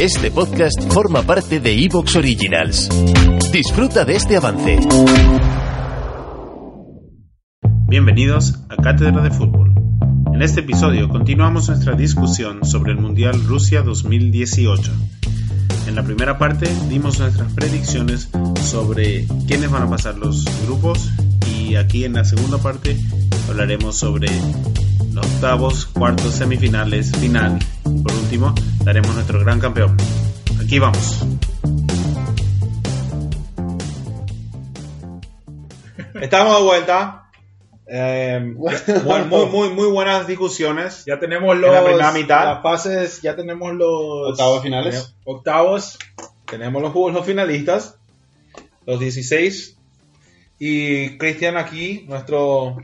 Este podcast forma parte de Evox Originals. Disfruta de este avance. Bienvenidos a Cátedra de Fútbol. En este episodio continuamos nuestra discusión sobre el Mundial Rusia 2018. En la primera parte dimos nuestras predicciones sobre quiénes van a pasar los grupos y aquí en la segunda parte hablaremos sobre los octavos, cuartos, semifinales, final y por último daremos nuestro gran campeón. Aquí vamos. Estamos de vuelta. Eh, muy, muy, muy, muy buenas discusiones. Ya tenemos los, la primera mitad. las fases, ya tenemos los Octavos finales. Tenemos Octavos, Tenemos los jugos, los finalistas, los 16. Y Cristian aquí, nuestro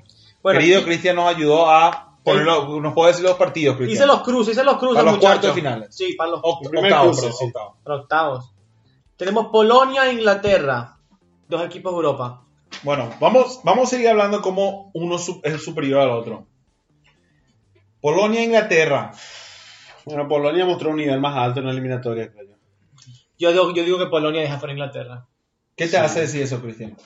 Bueno, querido y- Cristian nos ayudó a poner los- nos puede decir los partidos, Cristian. hice los cruces, hice los cruces, Para los muchachos. cuartos finales. Sí, para los, Oct- primer octavos, cruce, perdón, sí. octavos. para los octavos. Tenemos Polonia e Inglaterra, dos equipos de Europa. Bueno, vamos, vamos a seguir hablando como uno su- es superior al otro. Polonia e Inglaterra. Bueno, Polonia mostró un nivel más alto en la eliminatoria, creo yo. Yo digo, yo digo que Polonia deja fuera a Inglaterra. ¿Qué te hace decir eso, Cristian?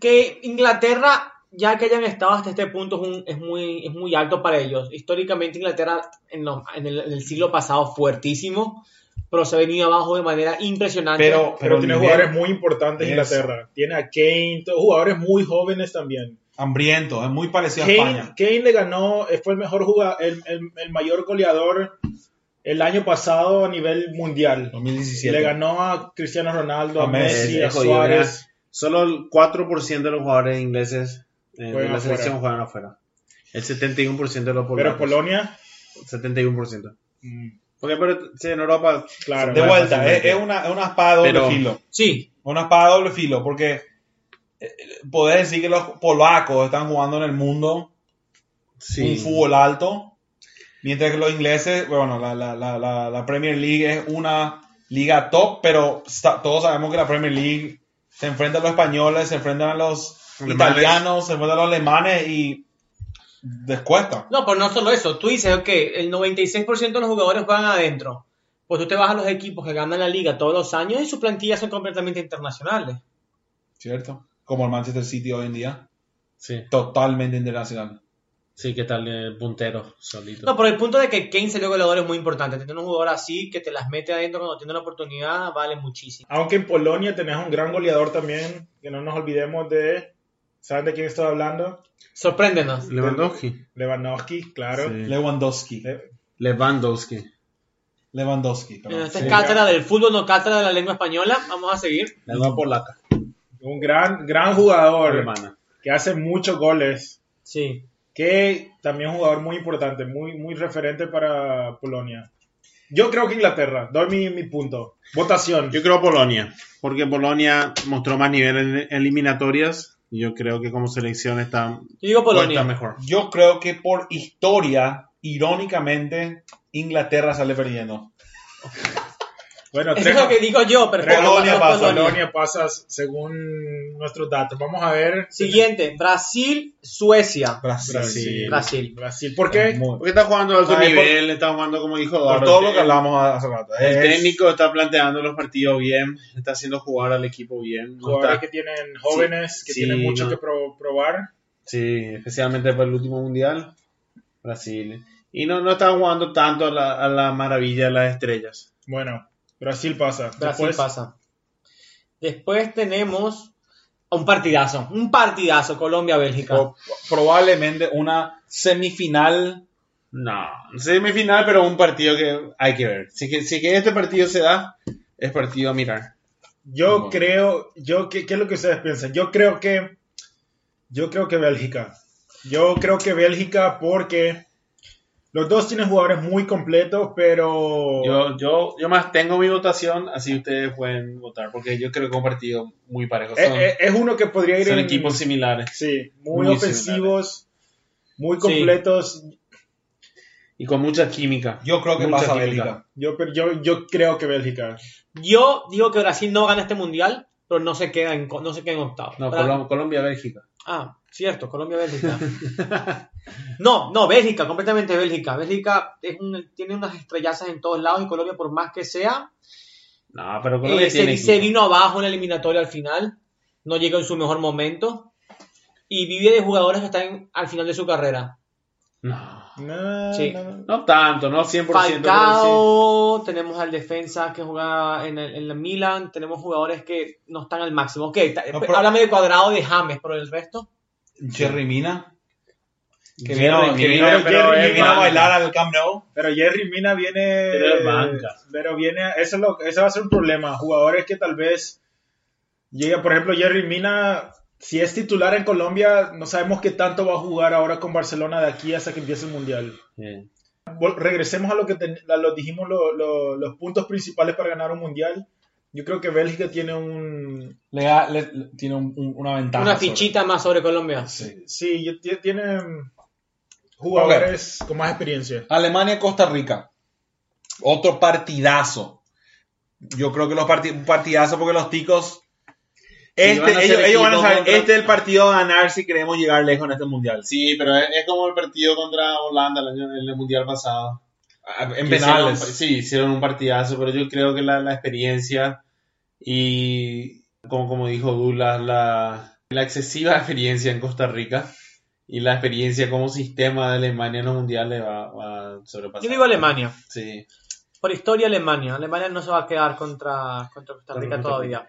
Que Inglaterra, ya que hayan estado hasta este punto, es, un- es muy, es muy alto para ellos. Históricamente Inglaterra en, los- en el, en el siglo pasado fuertísimo, pero se ha venido abajo de manera impresionante. Pero, Oh, pero pero tiene nivel jugadores muy importantes Es- Inglaterra. Tiene a Kane, todos jugadores muy jóvenes también. hambriento, es muy parecido a Kane, España. Kane le ganó, eh, fue el mejor jugador, el, el- el mayor goleador el año pasado a nivel mundial. 2017. Le ganó a Cristiano Ronaldo, a, A Messi, Messi, a Hijo, yo era- Suárez. Solo el 4% de los jugadores ingleses eh, de Juegan la afuera. selección juegan afuera. El 71% de los Pero polacos. Polonia, 71%. mm, Porque pero, sí, en Europa claro. De Bueno, vuelta, eh, es, fácilmente. es una, es una espada de Pero- doble filo. sí, Una espada de doble filo, porque eh, podés decir que los polacos están jugando en el mundo sí. un fútbol alto, mientras que los ingleses, bueno, la, la- la- la- la Premier League es una liga top, pero sa- todos sabemos que la Premier League se enfrenta a los españoles, se enfrentan a los Alemanes. italianos, se enfrentan a los alemanes y descuesta. No, pero no solo eso. Tú dices, ok, el 96% de los jugadores juegan adentro. Pues tú te vas a los equipos que ganan la liga todos los años y sus plantillas son completamente internacionales. ¿Cierto? Como el Manchester City hoy en día, Sí, totalmente internacional. sí, que tal el puntero solito. No, por el punto de que Kane salió goleador es muy importante. Tener un jugador así que te las mete adentro cuando tiene la oportunidad vale muchísimo. Aunque en Polonia tenés un gran goleador también, que no nos olvidemos de... ¿Saben de quién estoy hablando? Sorpréndenos. Lewandowski. Lewandowski, claro. Eh, Sí. Lewandowski. Le- Lewandowski. Lewandowski, Bueno, perdón. esta Este es cátedra del fútbol, no cátedra de la lengua española. Vamos a seguir. La nueva polaca. Un gran, gran jugador Alemana. que hace muchos goles. Sí. Que también es un jugador muy importante, muy, muy referente para Polonia. Yo creo que Inglaterra, doy mi, mi punto. Votación. Yo creo Polonia, porque Polonia mostró más nivel en eliminatorias y yo creo que como selección está, Yo digo está Polonia. mejor. Yo creo que por historia, irónicamente, Inglaterra sale perdiendo. Bueno, Eso tres- es lo que digo yo, pero tres- Polonia Polonia, pasa, pasa, según nuestros datos. Vamos a ver. Siguiente, Brasil, Suecia. Brasil. Brasil. Brasil. Brasil. ¿Por qué? Muy- Porque está jugando a alto Ah, es por- nivel, está jugando como dijo Por Eduardo, todo lo el- que hablamos hace rato. El Es- técnico está planteando los partidos bien, está haciendo jugar al equipo bien. no Jugadores está- que tienen jóvenes, que Sí, tienen mucho no. que pro- probar. sí, especialmente para el último mundial, Brasil. Y no, no está jugando tanto a la, a la maravilla de las estrellas. Bueno, Brasil pasa. Brasil Después, pasa. Después tenemos un partidazo, un partidazo, Colombia-Bélgica. o- Ah. probablemente una semifinal. No, semifinal, pero un partido que hay que ver. Si que, si que este partido se da, es partido a mirar. Yo Bueno. creo, yo ¿qué, qué es lo que ustedes piensan? Yo creo que, yo creo que Bélgica. Yo creo que Bélgica porque los dos tienen jugadores muy completos, pero Yo, yo, yo más tengo mi votación, así ustedes pueden votar, porque yo creo que es un partido muy parejo. es, Son, es- e, es uno que podría ir son en- equipos similares. sí, muy, muy ofensivos, muy completos. Y con mucha química. Yo creo que Mucha pasa química. Bélgica. Yo, pero yo, yo creo que Bélgica. Yo digo que Brasil no gana este mundial, pero no se queda en, co- no se queda en octavo. No, Bra- Colom- Colombia, Bélgica. Ah, Cierto, Colombia-Bélgica. no, no, Bélgica, completamente Bélgica. Bélgica es un- tiene unas estrellazas en todos lados y Colombia, por más que sea, No, pero eh, Colombia se, tiene se equipo. vino abajo en la eliminatoria al final. No llega en su mejor momento. Y vive de jugadores que están al final de su carrera. No, No, Sí. no, no. no tanto, no 100%. pero Falcao, tenemos al defensa que juega en el, en el Milan, tenemos jugadores que no están al máximo. Ok, ta- No, pero- háblame de cuadrado de James, pero el resto. Jerry Mina. Que Jerry vino, que vino, Mina, pero que es vino a banca. bailar al Camp Nou. Pero Jerry Mina viene. Pero es banca. Pero viene. Eso, es lo, eso va a ser un problema. Jugadores que tal vez. Llega, por ejemplo, Jerry Mina. Si es titular en Colombia, no sabemos qué tanto va a jugar ahora con Barcelona de aquí hasta que empiece el mundial. sí. Sí. Vol- regresemos a lo que ten- a lo dijimos lo- lo- los puntos principales para ganar un mundial. Yo creo que Bélgica tiene un Le, da- le- le- tiene un- un- una ventaja. Una sobre- fichita más sobre Colombia. Sí. sí, yo- ti- tiene jugadores con más experiencia. Alemania, Costa Rica. Otro partidazo. Yo creo que los parti- un partidazo porque los ticos. Este, van a ser ellos, ellos van a equipos saber, contra- este es el partido a ganar si queremos llegar lejos en este mundial. Sí, pero es, es como el partido contra Holanda el año- en el mundial pasado. Ah, En Que hicieron- penales. sí, hicieron un partidazo, pero yo creo que la, la experiencia y, como, como dijo Dulas, la, la excesiva experiencia en Costa Rica y la experiencia como sistema de Alemania en los mundiales va, va a sobrepasar. Yo digo Alemania. Sí. Por historia, Alemania. Alemania no se va a quedar contra, contra Costa Rica todavía.